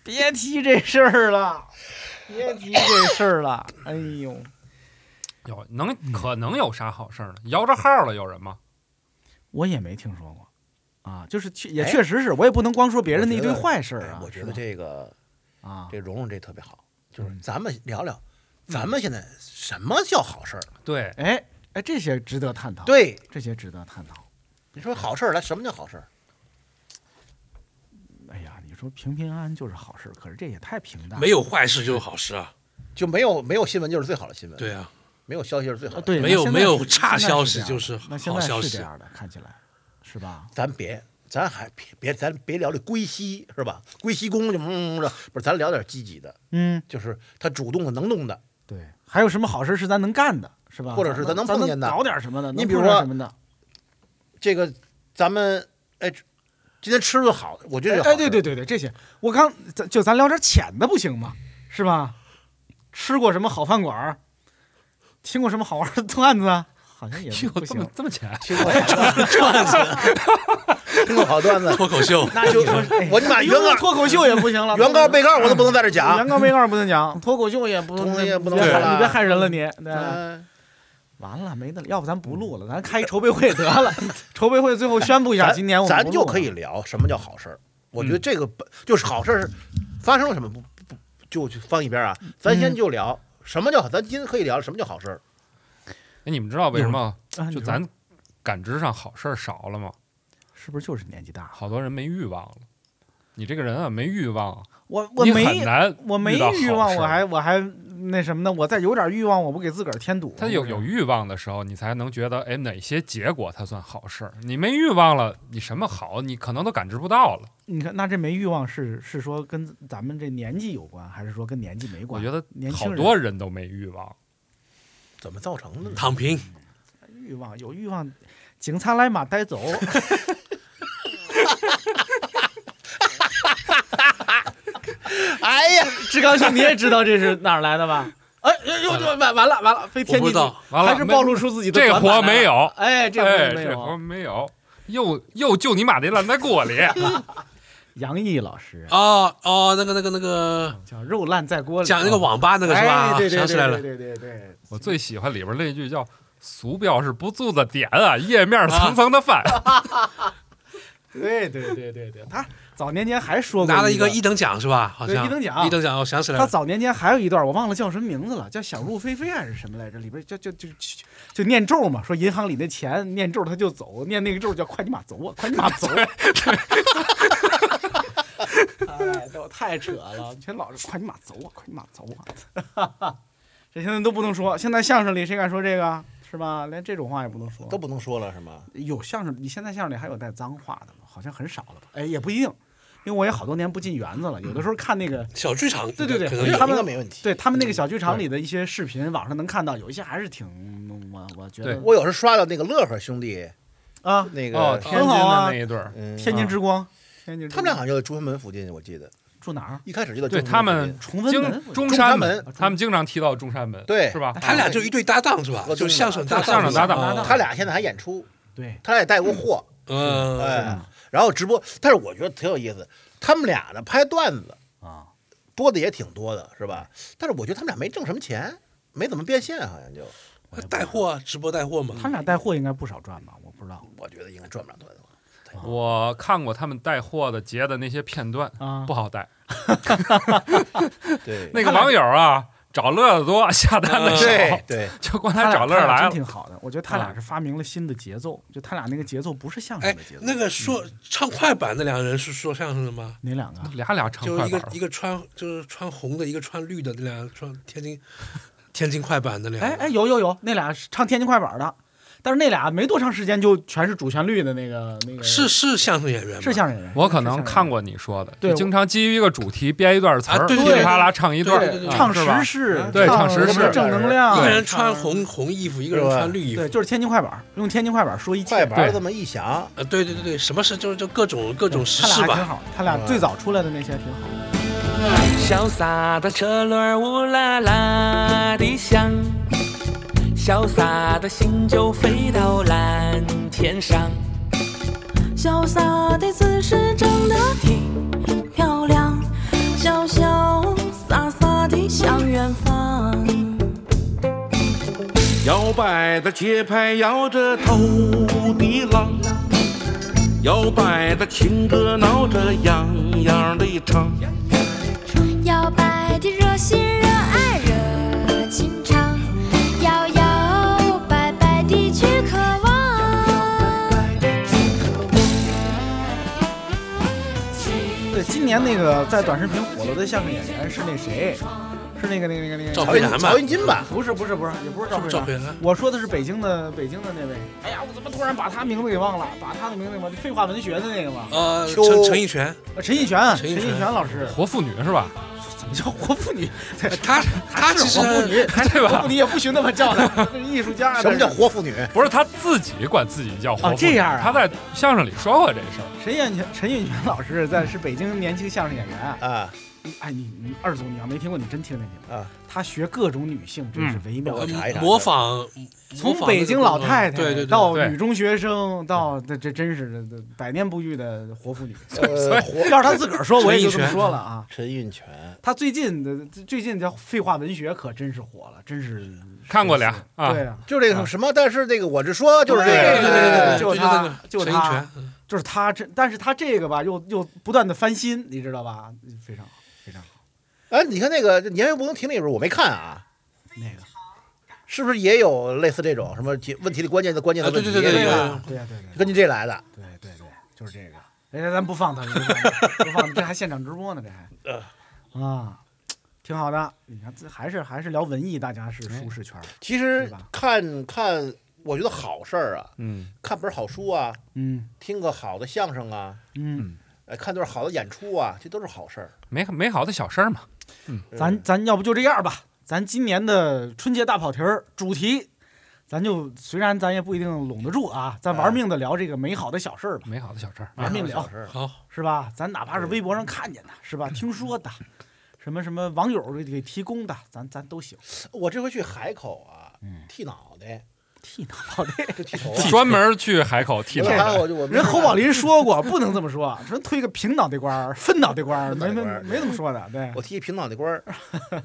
别提这事儿了，别提这事儿了，哎呦。有能嗯可能有啥好事儿呢？摇着号了有人吗？我也没听说过，啊，就是确也哎确实是我也不能光说别人的一堆我觉得坏事儿啊哎。我觉是得吧这个啊，这蓉蓉这特别好，嗯就是咱们聊聊，咱们现在什么叫好事儿？对，哎哎，这些值得探讨，，对，这些值得探讨。你说好事儿来，什么叫好事儿？哎呀，你说平平安安就是好事儿，可是这也太平淡了。没有坏事就是好事啊。就没有没有新闻就是最好的新闻，对，啊，没有消息就是最好啊，的。对，没那有现没在有是差现在消是息这就样是那现好在消是息这样的，看起来是吧？咱别，咱还别别，咱别聊这归西是吧？归西公就嗯的，不是，咱聊点积极的，嗯，就是他主动的、能动的。对。还有什么好事是咱能干的，是吧？或者是咱能咱碰见的搞点什么的。你能比如碰上什说么的？这个咱们哎，今天吃顿好的，我觉得是好哎，对对事对对，这些我刚咱就咱聊点浅的不行吗？是吧？吃过什么好饭馆儿？听过什么好玩的段子啊？ [laughs] 好像也 [laughs] 哟，不这行么。这么 [laughs] 浅，听过听过好段子，脱口秀那就我你妈哎原呦哎告脱口秀也不行了， [laughs] 原告被告我都不能在这原讲。告被告不能讲，脱口秀也不脱口秀也不能你别说了你别害人了你。对嗯完了没得，要不咱不录了，咱开一筹备会得了。筹备会最后宣布一下，今年我们咱不录就了嗯可以聊什么叫好事儿。我觉得这个本就是好事儿，发生了什么不不不就就放一边啊，嗯咱先就聊什么叫咱今天可以聊什么叫好事儿。哎，你们知道为什么啊你就说咱感知上好事儿少了吗？是不是就是年纪大了？好多人没欲望了。你这个人啊，没欲望，我我你没很难，我没欲望，我还我还那什么呢？我再有点欲望，我不给自个儿添堵。他有有欲望的时候，你才能觉得，哎，哪些结果它算好事儿？你没欲望了，你什么好，你可能都感知不到了。你看，那这没欲望是是说跟咱们这年纪有关，还是说跟年纪没我关？觉得年轻好人多人都没欲望，怎么造成的呢？躺平，欲望有欲望，警察来马 [laughs] 带走。哎呀，志刚兄，你也知道这是哪儿来的吧？ [laughs] 哎呦呦，完完了完了，非天我不津知道完了还是没暴露出自己的这短板活来没了有哎，这哎，活没这活有。没有，又又就你妈的烂在锅里。杨毅老师哦哦，那个那个那个，叫肉烂在锅里，啊讲那个网吧那个是吧？嗯哎对对想对起来对了，对对对，我最喜欢里边那句叫“俗标是不住的点啊，页面层层的翻对对对对对，他早年间还说过拿了一个个一等奖是吧？好像对一等奖一等奖，我想起来他了，早年间还有一段我忘了叫什么名字了，叫想入非非还啊是什么来着？里边就就就就就念咒嘛，说银行里那钱念咒他就走，念那个咒叫快你妈走啊，快你妈 [laughs] 走啊！哎，都太扯了，全老是快你妈走啊，快你妈走啊！ [laughs] 这现在都不能说，现在相声里谁敢说这个是吧？连这种话也不能说，都不能说了是吗？有相声，你现在相声里还有带脏话的吗？好像很少了吧？哎，也不一定。因为我也好多年不进园子了，有的时候看那个小剧场对对对嗯可能因为有他们应该没问题。对他们那个小剧场里的一些视频，网上能看到，有一些还是挺嗯我我觉得对我有时候刷到那个乐呵兄弟啊，那哦，个，天津很好啊的那一对儿，嗯天津之光，天津之他光们俩好像就在朱门门附近，我记得住哪儿？一开始就在朱对门门他附们崇近文门经中中山山门门，他们经常提到中山门，对是吧？他俩就一对搭档是吧？我就相声搭档，相声搭档是吧他俩现在还演出，对，他俩也带过货，嗯，哎，然后直播，但是我觉得挺有意思，他们俩呢拍段子啊，播的也挺多的，是吧？但是我觉得他们俩没挣什么钱，没怎么变现，好像就他带货啊，直播带货嘛。他们俩带货应该不少赚吧？我不知道我觉得应该赚不了多少。我看过他们带货的截的那些片段，啊不。好带。对那个网友啊，找乐子多，下单的少，嗯对对，就光他俩找乐儿他俩来真了。挺好的，我觉得他俩是发明了新的节奏，就他俩那个节奏不是相哎声的节奏。，那个说唱快板那两个人是说相声的吗？哪两个啊？俩俩唱就是快一板个了一，个穿就是穿红的，一个穿绿的，那俩穿天津天津快板的俩。哎哎，，有有有，那俩是唱天津快板的，但是那俩没多长时间就全是主旋律的那个那个是是相声演员吗？是相声演员。我哎是可相能声演看员过你说的，对就经常基于一个主题编一段词啊儿，对噼对里啪啦唱一段对对对儿，对唱时时事，啊对唱唱时什么事正能量，一个人唱穿，红红衣服，一个人对吧穿绿衣服对，。就是天津快板，用天津快板说一快切。板对这么一想，呃，对对对对，什么事就是就各种各种时他俩事还挺吧。嗯好的，他俩最早出来的那些挺好的。潇洒的车轮儿呜啦啦地响，潇洒的心就飞到蓝天上。潇洒的姿势长得挺漂亮，潇潇洒洒地向远方。摇摆的节拍摇着头的浪，摇摆的情歌挠着痒痒的肠，摇摆的热心热爱热情肠，摇摇摆摆地去渴望。对，今年那个在短视频火了的相声演员是那谁？是那个那个那个那个赵曹慧云然吧曹云金吧，不是不是不是，也不是赵慧赵啊然慧然我说的是北京的北京的那位。哎呀，我怎么突然把他名字给忘了？把他的名字给忘了，废话文学的那个嘛，呃，秋陈陈奕迅，呃陈奕迅，陈陈奕奕迅迅老师，活妇女是吧？怎么叫活妇女？呃他他其是活妇实女，对活妇吧？女也不许那么叫她，这是艺术家。什么叫这是活妇女？不是他自己管自己叫活妇啊这女，样啊他在相声里说过这事儿。陈奕迅？陈奕迅老师在是北京年轻相声演员。啊，你哎，你你二总，你要没听过，你真听听去啊！他学各种女性，真是惟妙呃之查一查模仿模从仿北那京个老歌太太对对对到对女中学生，到这这真是这百年不遇的活妇女。呃，活 [laughs] 要是她自个儿说，我也就这陈奕么迅说了啊。陈运泉，她最近的最近叫废话文学可真是火了，真是看过俩啊，对啊，就这个什么，但是这个我是说就是这个，对对对对对哎就对她对对就陈她奕迅，嗯就是她这，但是她这个吧，又又不断的翻新，你知道吧？非常好，非常好。哎，你看那个《年月不能停》里边，我没看啊，那个，是不是也有类似这种什么解问题的关键的关键的啊问对题？对对对对对啊，对啊，对对根据这来的。对对对，就是这个。哎，咱不放他，不放他，不放他，这还现场直播呢，这还，啊，挺好的。你看，这还是还是聊文艺，大家是舒适圈儿。其是实吧看看，我觉得好事儿啊，嗯，看本好书啊，嗯听个好的相声啊，嗯，呃，看段好的演出啊，这都是好事儿。美美好的小事儿嘛，咱咱要不就这样吧，咱今年的春节大跑题儿主题，咱就虽然咱也不一定拢得住啊，咱玩命的聊这个美好的小事儿吧，美好的小事儿啊玩命聊好事儿，好，是吧？咱哪怕是微博上看见的，是吧？听说的，什么什么网友给给提供的，咱咱都行。我这回去海口啊，剃脑袋，剃脑跑题。就 [laughs] 剃头啊。专门去海口剃我头看的。我就我 [laughs] 人侯宝林说过，不能这么说，说推个平脑袋瓜儿、分脑袋瓜儿，没没没这么说的，对我，剃平脑袋瓜儿，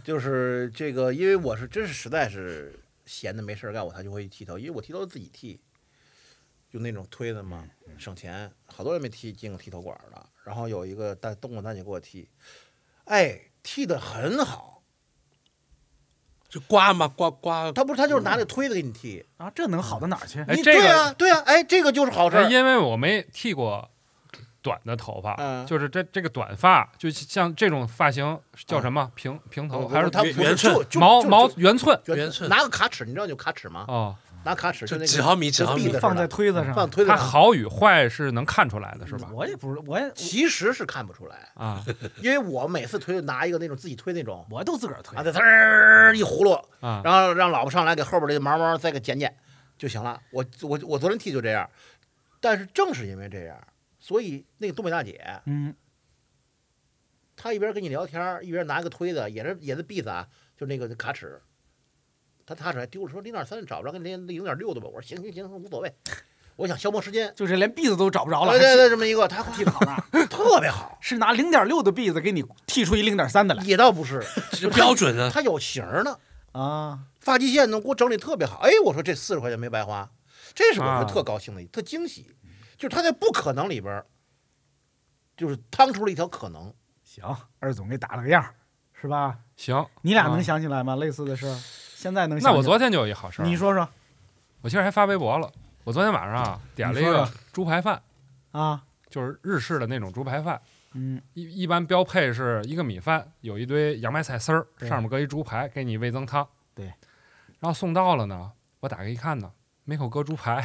就是这个，因为我是真是实在是闲的没事儿干，我才就会剃头，因为我剃头自己剃，就那种推的嘛，省钱。好多人没剃进过剃头馆儿的，然后有一个大东莞大姐给我剃，哎，剃的很好，就刮嘛刮刮，她不是她就是拿那推子给你剃，啊，这能好到哪儿去？哎，你这对个呀、对呀、哎，这个就是好事哎儿。因为我没剃过短的头发，嗯就是这这个短发，就像这种发型叫什么？哦平平头还是他圆寸就就毛就毛就圆寸？就圆寸拿个卡尺，你知道有卡尺吗？哦，拿卡尺就那个几毫米几毫米就立的放在推子上放推子它上。好与坏是能看出来的，是吧？嗯我也不是，我也其实是看不出来，啊，因为我每次推拿一个那种自己推那种，我都自个儿推啊，再呲儿一葫芦啊然后让老婆上来给后边这毛毛再给剪剪就行了。我我我昨天剃就这样，但是正是因为这样，所以那个东北大姐嗯，她一边跟你聊天儿，一边拿个推子，也是也是篦子啊，就那个卡尺，她卡尺还丢了，说零点三找不着，跟零零点六的吧。我说行行行，无所谓，我想消磨时间。就是连篦子都找不着了，对对还对，是这么一个，她剃的好啊，特别 [laughs] 好，是拿零点六的篦子给你剃出一零点三的来也倒不是，这标准 [laughs] 啊，她有型儿呢。啊。发际线呢给我整理特别好。哎，我说这四十块钱没白花，这是我是特高兴的，特惊喜。就是他在不可能里边儿，就是趟出了一条可能。行，二总给打了个样儿，是吧？行，你俩能啊想起来吗？类似的事儿，现在能想起来那我昨天就有一好事儿，你说说我其实还发微博了。我昨天晚上啊，点了一你说个说猪排饭，啊，就是日式的那种猪排饭，嗯，一一般标配是一个米饭，有一堆洋白菜丝儿，对上面搁一猪排，给你味增汤。对，然后送到了呢，我打开一看呢，没口搁猪 [laughs] 排，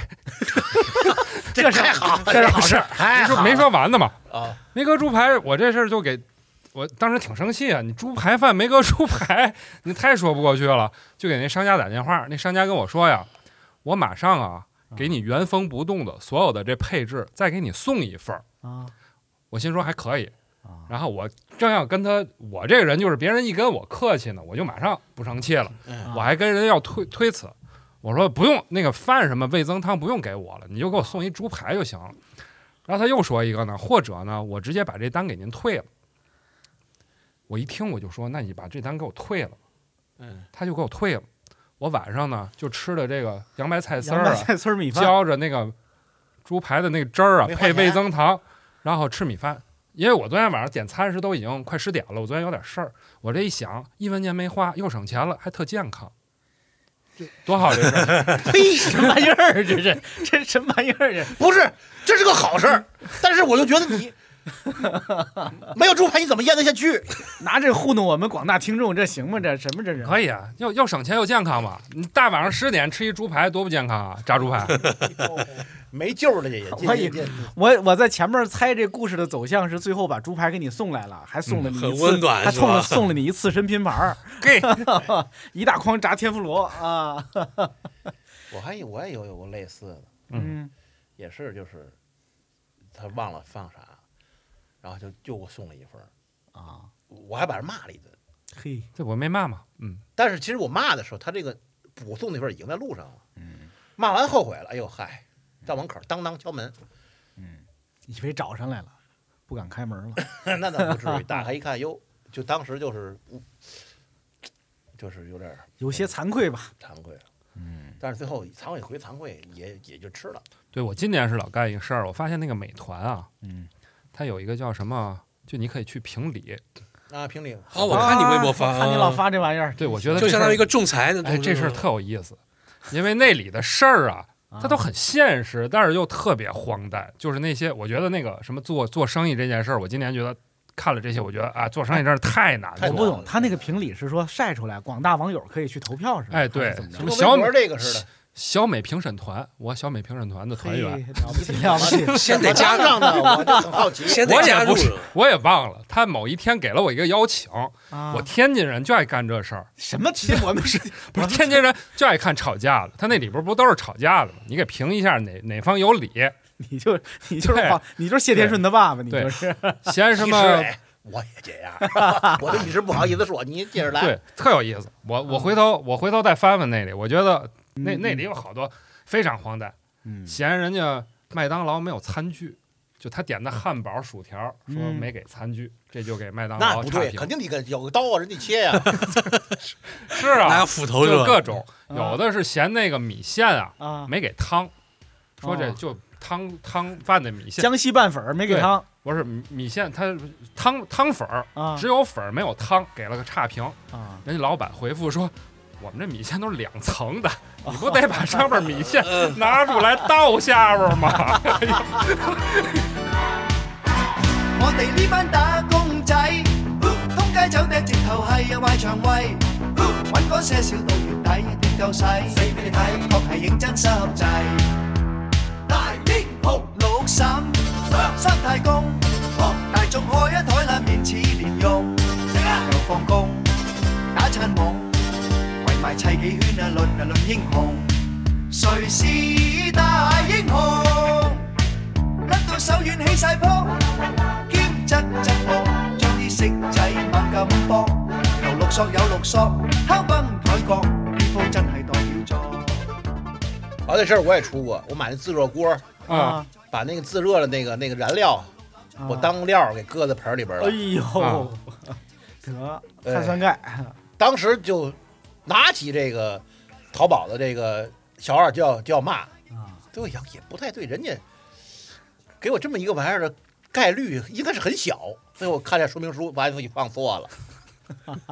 这太好了，这是好事，太没好说了没说完呢嘛，啊！没搁猪排，我这事儿就给。我当时挺生气啊！你猪排饭没搁猪排，你太说不过去了。就给那商家打电话，那商家跟我说呀，我马上啊给你原封不动的所有的这配置，再给你送一份儿。啊我心说还可以，啊然后我正要跟他，我这个人就是别人一跟我客气呢，我就马上不生气了，嗯啊我还跟人要推推辞，我说不用那个饭什么味增汤不用给我了，你就给我送一猪排就行了。然后他又说一个呢，或者呢，我直接把这单给您退了。我一听我就说，那你把这单给我退了，嗯，他就给我退了。我晚上呢就吃的这个洋白菜丝洋儿白啊，菜丝儿米饭，浇着那个猪排的那个汁儿啊，没花配味钱增糖，然后吃米饭。因为我昨天晚上点餐时都已经快十点了，我昨天有点事儿，我这一想，一分钱没花，又省钱了，还特健康，这多好这事 [laughs] 儿！呸，什么 [laughs] 玩意儿？这是这什么玩意儿？这不是，这是个好事儿，但是我就觉得你没有猪排你怎么咽得下去？拿这糊弄我们广大听众，这行吗？这什么这人？可以啊，又又省钱又健康嘛！你大晚上十点吃一猪排多不健康啊，炸猪排。没救了，这也我以我我在前面猜这故事的走向是最后把猪排给你送来了，还送了你一次，嗯很温暖还是送了吧送了你一次身拼盘 [laughs] 儿，给一大筐炸天妇罗啊，我还有我也有有过类似的，嗯也是就是他忘了放啥，然后就就给我送了一份儿，啊，我还把人骂了一顿。嘿，这我没骂嘛，嗯，但是其实我骂的时候，他这个补送那份儿已经在路上了。骂完后悔了，哎呦嗨，到门口儿当当敲门， [laughs] 以为找上来了，不敢开门了，那倒不至于。打开一看，哟，就当时就是，嗯就是有点儿有些惭愧吧？惭愧了。嗯，但是最后惭愧归惭愧，也也就吃了。对我今年是老干一个事儿，我发现那个美团啊，嗯，它有一个叫什么，就你可以去评理。啊，平顶，好，我看你微博发，看你老啊，发这玩意儿，对，我觉得就这事相儿当于一个仲裁呢。哎，这事儿儿特有意思，因为那里的事 [laughs] 儿啊，它都很现实，但是又特别荒诞。就是那些，我觉得那个什么做做生意这件事儿，我今年觉得看了这些，我觉得啊，做生意真是太难太我做不了。懂，他那个评理是说晒出来，广大网友可以去投票是吧？哎，对还是怎么，着什么跟小微美博这个似的，小美评审团，我小美评审团的团员，啊嘿了不起了不 [laughs] 起，先得加加入，上呢，我就很好奇。 [laughs] 先得我加也入不。是，我也忘了，他某一天给了我一个邀请，啊我天津人就爱干这事儿，什么题？我 [laughs] 们是不是天津人就爱看吵架的，他那里边不都是吵架的吗？你给评一下哪哪方有理，你就你就是对黄你就是谢天顺他爸爸，你对就是嫌 [laughs] 什其实么哎我也这样， [laughs] 我就一直不好意思说。你接着 [laughs] 来，对，特有意思。我我回头我回头再翻翻那里，我觉得那那里有好多非常荒诞，嗯嫌人家麦当劳没有餐具，就他点的汉堡、薯条，说嗯没给餐具，这就给麦当那劳不差对，评肯。定得个有个刀啊，人得切呀。 [laughs] 是拿啊，斧头是就吧？各种，啊有的是嫌那个米线啊啊，没给汤，说这哦就汤汤饭的米线，江西拌粉儿没给对汤不是米米线，它汤汤粉儿啊只有粉儿没有汤，给了个差评。啊，人家老板回复说：“我们这米线都是两层的，你哦不得把上面米线嗯拿出来倒下边吗？”我哋呢班打工仔，通街走趯，直頭係有壞腸胃，揾嗰些少到月底，點解樣使，死俾你睇，確係認真濕滯。大英雄六嬸，三太公，大眾開一台冷面似連用，又放工打餐懵，圍埋砌幾圈啊論啊論英雄，誰是大英雄？甩到手軟起晒泡，兼質質薄，將啲色仔猛咁搏，又綠索有綠索，敲崩佢角，呢鋪真係代表作。好，这事儿我也出过，我买那自热锅 [laughs] 哎啊，把那个自热的那个那个燃料，我当料儿给搁在盆儿里边儿了。哎呦，得哎碳酸钙，当时就拿起这个淘宝的这个小二就要就要骂，啊最后一想也不太对，人家给我这么一个玩意儿的概率应该是很小，最后看了说明书，把自己放错 [laughs] 了，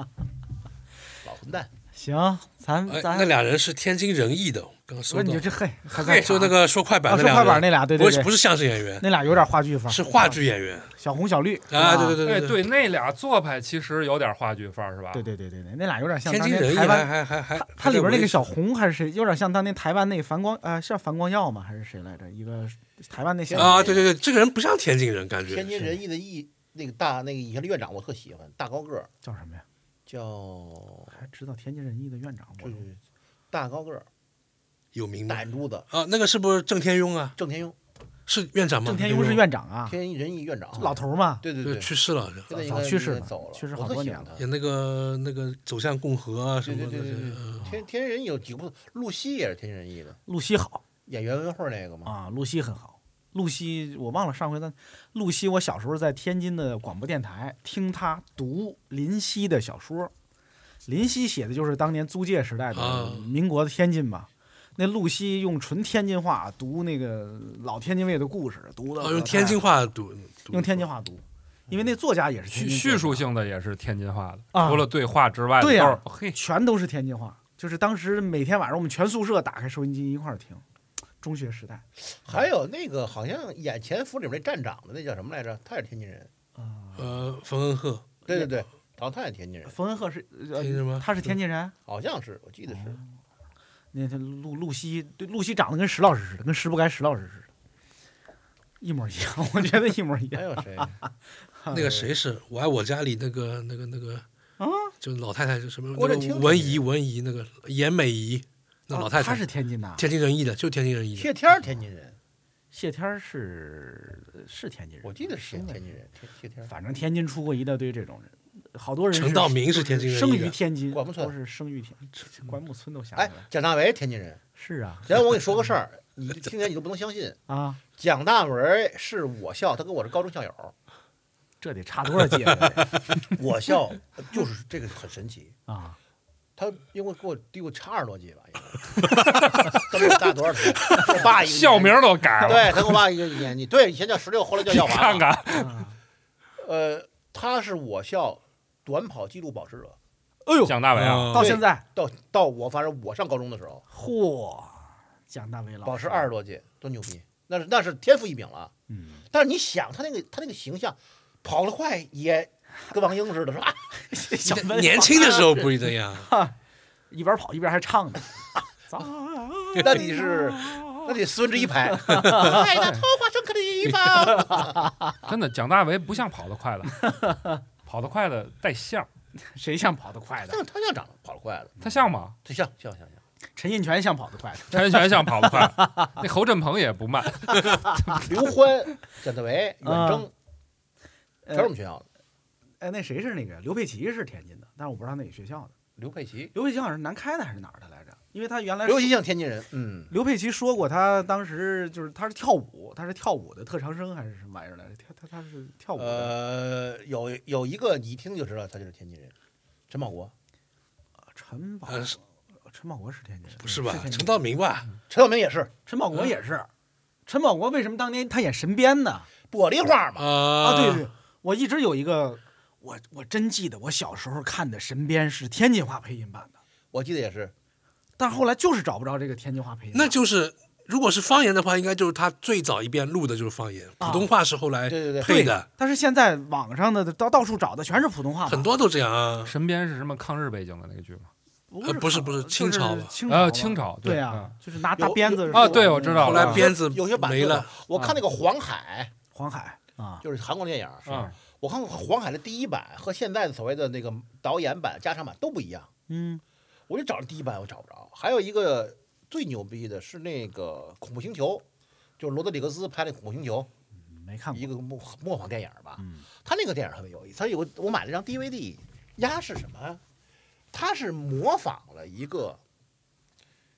老混蛋。行，咱哎，咱那俩人是天津人艺的，刚刚不说是到你这嘿，还在嘿，就那个说快板啊那说俩人，快板那俩，对对不是对，不是相声演员，那俩有点话剧范儿，是话剧演员，小红小绿啊是吧对对哎，对，那俩做派其实有点话剧范儿，是吧？对对对对对，那俩有点像天当津年人艺台还湾，还还还，它还里边在那维个小红还是谁，有点像当年台湾那樊光啊，是叫樊光耀吗？还是谁来着？一个台湾那小啊，对对对，这个人不像天津人，感觉天津人艺的艺那个大那个以前的院长我特喜欢，大高个儿叫什么呀？叫还知道天津人艺的院长吗？大高个儿，有嗯名大眼珠子，啊，那个是不是郑天庸啊？郑天庸是院长吗？郑天庸是院长啊，天津人艺院长，老头儿嘛，对对对，对，去世了，现在应早该去世应该了走了，去世我好特多喜年欢他也那个那个走向共和啊什对么对的，对对对嗯，天天津人有几部露西也是天津人艺的，露西好演袁文慧那个嘛。啊，露西很好。露西，我忘了上回咱露西，我小时候在天津的广播电台听她读林夕的小说，林夕写的就是当年租界时代的啊民国的天津嘛。那露西用纯天津话读那个老天津卫的故事，读的啊，用天津话读，读用天津话读，因为那作家也是天叙津叙作述性的也是天津话的，啊除了对话之外，对呀都是嘿家，全都是天津话。就是当时每天晚上我们全宿舍打开收音机一块儿听，中学时代还有那个好像演潜伏里面那站长的那叫什么来着？他也是天津人。啊。呃，冯恩鹤，对对对，好像他也是天津人，冯恩鹤是呃天津人吗嗯他是天津人，好像是我记得哦是。那他陆陆西对陆西长得跟石老师似的，跟石不该石老师似的，一模一样， [laughs] 我觉得一模一还哎样。[laughs] 有谁？那个谁是我爱我家里那个那个那个啊，就老太太就什么郭那正个清文怡文怡那个严美怡，那老太他太啊是天津的啊，天津人艺的，就天津人艺的。谢天儿天津人，谢天儿是是天津人，我记得是应该天津人。天谢天儿，反正天津出过一大堆这种人，好多人是陈道明是天津人生一于的天津，管木村都是生于天管木村都想起哎来了，，蒋大为天津人。是啊然后我跟你说个事儿，你听见你都不能相信。啊，蒋大为是我校，他跟我是高中校友。这得差多少届 [laughs] 啊我校就是这个很神奇，啊！他因为给我低我差二十多级吧，应该他比我大多少岁？我 [laughs] 爸一 [laughs] 个校名都改了， [laughs] 对，他跟我爸一个年纪，对，以前叫十六，后来叫耀你看，华。[laughs] 看，哎呃，他是我校短跑纪录保持者，哎呦，蒋大为啊，嗯到现在，到到我反正我上高中的时候，嚯，蒋大为老师保持二十，多届，多牛逼！那是那是天赋异禀了。嗯，但是你想，他那个他那个形象，跑得快也跟王英似的，是吧？ [laughs] 小那文年轻的时候不是这 [laughs] 样，一边跑一边还唱呢， [laughs] 那你是那得四分之 [laughs] 一排，爱的桃花盛开的地方。真的，蒋大为不像跑得快的， [laughs] 跑得快的带像，谁像跑得快的？像他像长得跑得快的，他像吗？他像像像像陈印泉像跑得快 [laughs] 的，陈全像跑得快，那侯振鹏也不慢， [laughs] 啊刘欢、蒋大 [laughs] 为、啊远征，全是我们学校的。呃哎，那谁是那个刘佩琦是天津的，但是我不知道哪个学校的。刘佩琦，刘佩琦好像是南开的还是哪儿的来着？因为他原来刘佩琦像天津人，嗯。刘佩琦说过，他当时就是他是跳舞，他是跳舞的特长生还是什么玩意儿来着？他他他是跳舞的，呃，有有一个你一听就知道他就是天津人，陈宝国、陈宝呃是陈宝国是天津人，不是吧？天津嗯陈人道明吧？陈晓明也是陈宝国也是，陈宝国为什么当年他演神鞭呢？玻璃花嘛。啊啊，对对，我一直有一个，我我真记得我小时候看的《神鞭》是天津话配音版的，我记得也是，但是后来就是找不着这个天津话配音版。那就是如果是方言的话，应该就是他最早一遍录的就是方言，啊普通话是后来对对对配的，但是现在网上的到到处找的全是普通话版，很多都这样啊。身边是什么抗日背景的那个剧吗？呃不是不是清朝吧？呃，清朝对啊，啊，就是拿大鞭子啊，对，我知道了。后来鞭子有些版嗯没对吧了啊我看那个黄海，黄海啊，就是韩国电影儿是啊嗯。我看过黄海的第一版和现在的所谓的那个导演版、加长版都不一样。嗯，我就找了第一版，我找不着。还有一个最牛逼的是那个《恐怖星球》，就是罗德里格斯拍的《恐怖星球》，没看过一个模模仿电影吧。他那个电影特别有意思，他有个我买了张 DVD，呀是什么呀？他是模仿了一个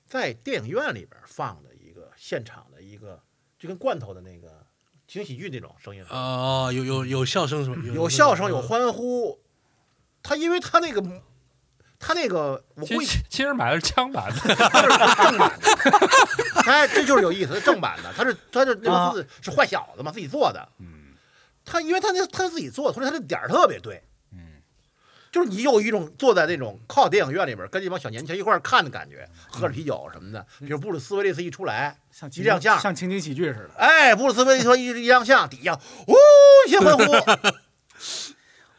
在电影院里边放的一个现场的一个，就跟罐头的那个情景喜剧那种声音。啊，嗯有有有笑声是吧？有笑声，有欢呼。他因为他那个，他那个，我其估计实其实买的是枪版的，哎，这就是有意思，正版的。他是他是那啊个自己是坏小子嘛，自己做的。嗯，他因为他那他自己做的，所以他这点儿特别对。嗯，就是你有一种坐在那种靠电影院里边儿跟一帮小年轻一块儿看的感觉，喝着啤酒什么的。比如布鲁斯威利斯一出来，像一亮相，像情景喜剧似的。哎，布鲁斯威利斯一一亮相，底下呜一些欢呼。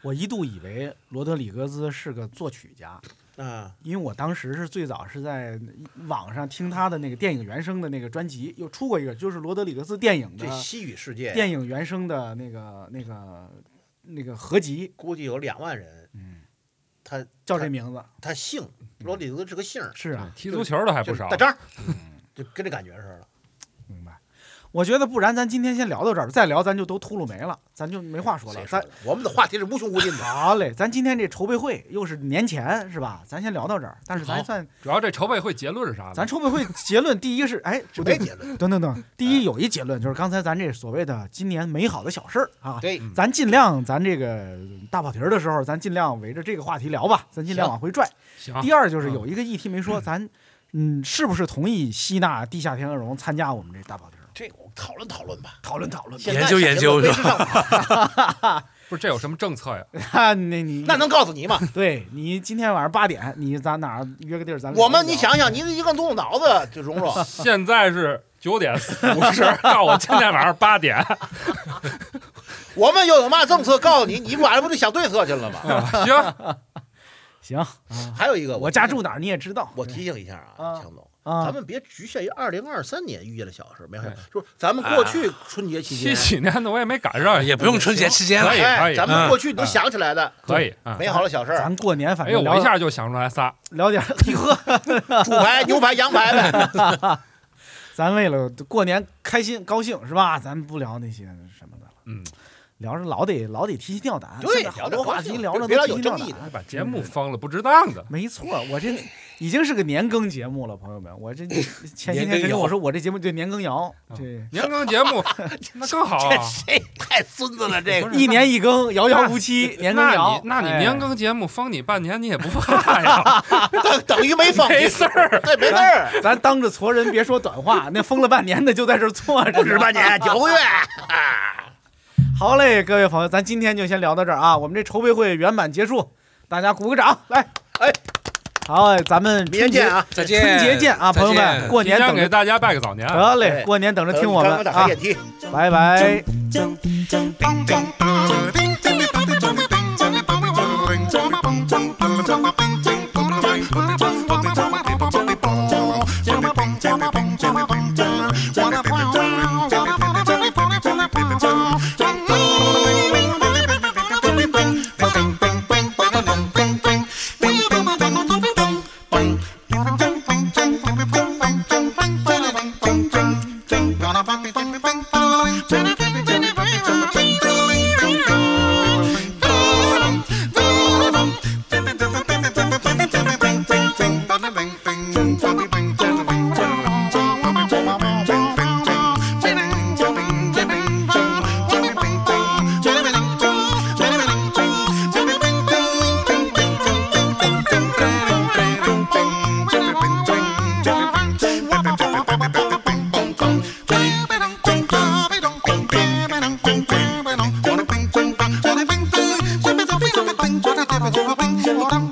我一度以为罗德里格斯是个作曲家，嗯，因为我当时是最早是在网上听他的那个电影原声的那个专辑，又出过一个，就是罗德里格斯电影的这西语世界呀电影原声的那个那个那个合集，估计有两万人。嗯，他叫这名字，他姓罗里格是个姓儿，是 [laughs] 啊踢足球的还不少就是大张，就跟这感觉似的。我觉得不然咱今天先聊到这儿，再聊咱就都秃噜没了，咱就没话说了。咱我们的话题是无穷无尽的。好嘞，咱今天这筹备会又是年前是吧？咱先聊到这儿，但是咱好算主要这筹备会结论是啥呢？咱筹备会结论第一是哎，不对，结论。等等等，第一有一结论就是刚才咱这所谓的今年美好的小事儿啊，对，咱尽量咱这个大跑题儿的时候，咱尽量围着这个话题聊吧，咱尽量行嗯往回拽。行第二就是有一个议题没说，咱嗯是不是同意吸纳地下天鹅绒参加我们这大跑题儿？这个我们讨论讨论吧，讨论讨论，现在研究研究是吧？不是这有什么政策 [laughs] 呀？啊， [laughs] 那你那能告诉你吗？对你今天晚上八点，你咱哪儿约个地儿？咱我们你想想，你一个动动脑子就蓉蓉，现在是九点五十，告诉我今天晚上 [laughs] 八点。 [laughs] 我们又有嘛政策告诉你，你晚上不就想对策去了嗯吗？行行，还有一个，我家住哪儿你也知道。我提醒一下啊，强总，啊咱们别局限于二零二三年遇见的小事，没事，就是咱们过去春节期七间，几年的我也没赶上，也不用春节期间了可以哎可以，咱们过嗯去能想起来的，可以嗯美好的小事儿咱，过年反哎正呦，聊我一下就想出来仨，聊点 [laughs] 呵，猪排、牛排、羊排呗。咱为了过年开心高兴是吧？咱不聊那些什么的了，嗯，聊着老得老得提心吊胆。对现在好多话题聊着都提心吊胆。把节嗯目封了不值当的。没错，我这已经是个年更节目了，朋友们。我这前些年啊天羹谁跟我尧说我这节目对年更摇， [laughs] 这年更节目那更好啊这谁太孙子了？这个一年一更，遥遥无期，年更那摇你。那你哎年更节目封你半年，你也不怕呀？等等于没放没事儿，对，没事儿，咱咱当着矬人别说短话，那封了半年的就在这儿坐着，不止半年，[laughs] 九个月。好嘞，各位朋友，咱今天就先聊到这儿啊，我们这筹备会圆满结束，大家鼓个掌，来，哎，好，咱们明天见啊春节再见春节见啊，再朋见友们， [laughs] 过年提前等给着，大家拜个早年。得啊嘞，哎过年等着听我们刚刚打啊开电梯，拜拜。 Bang,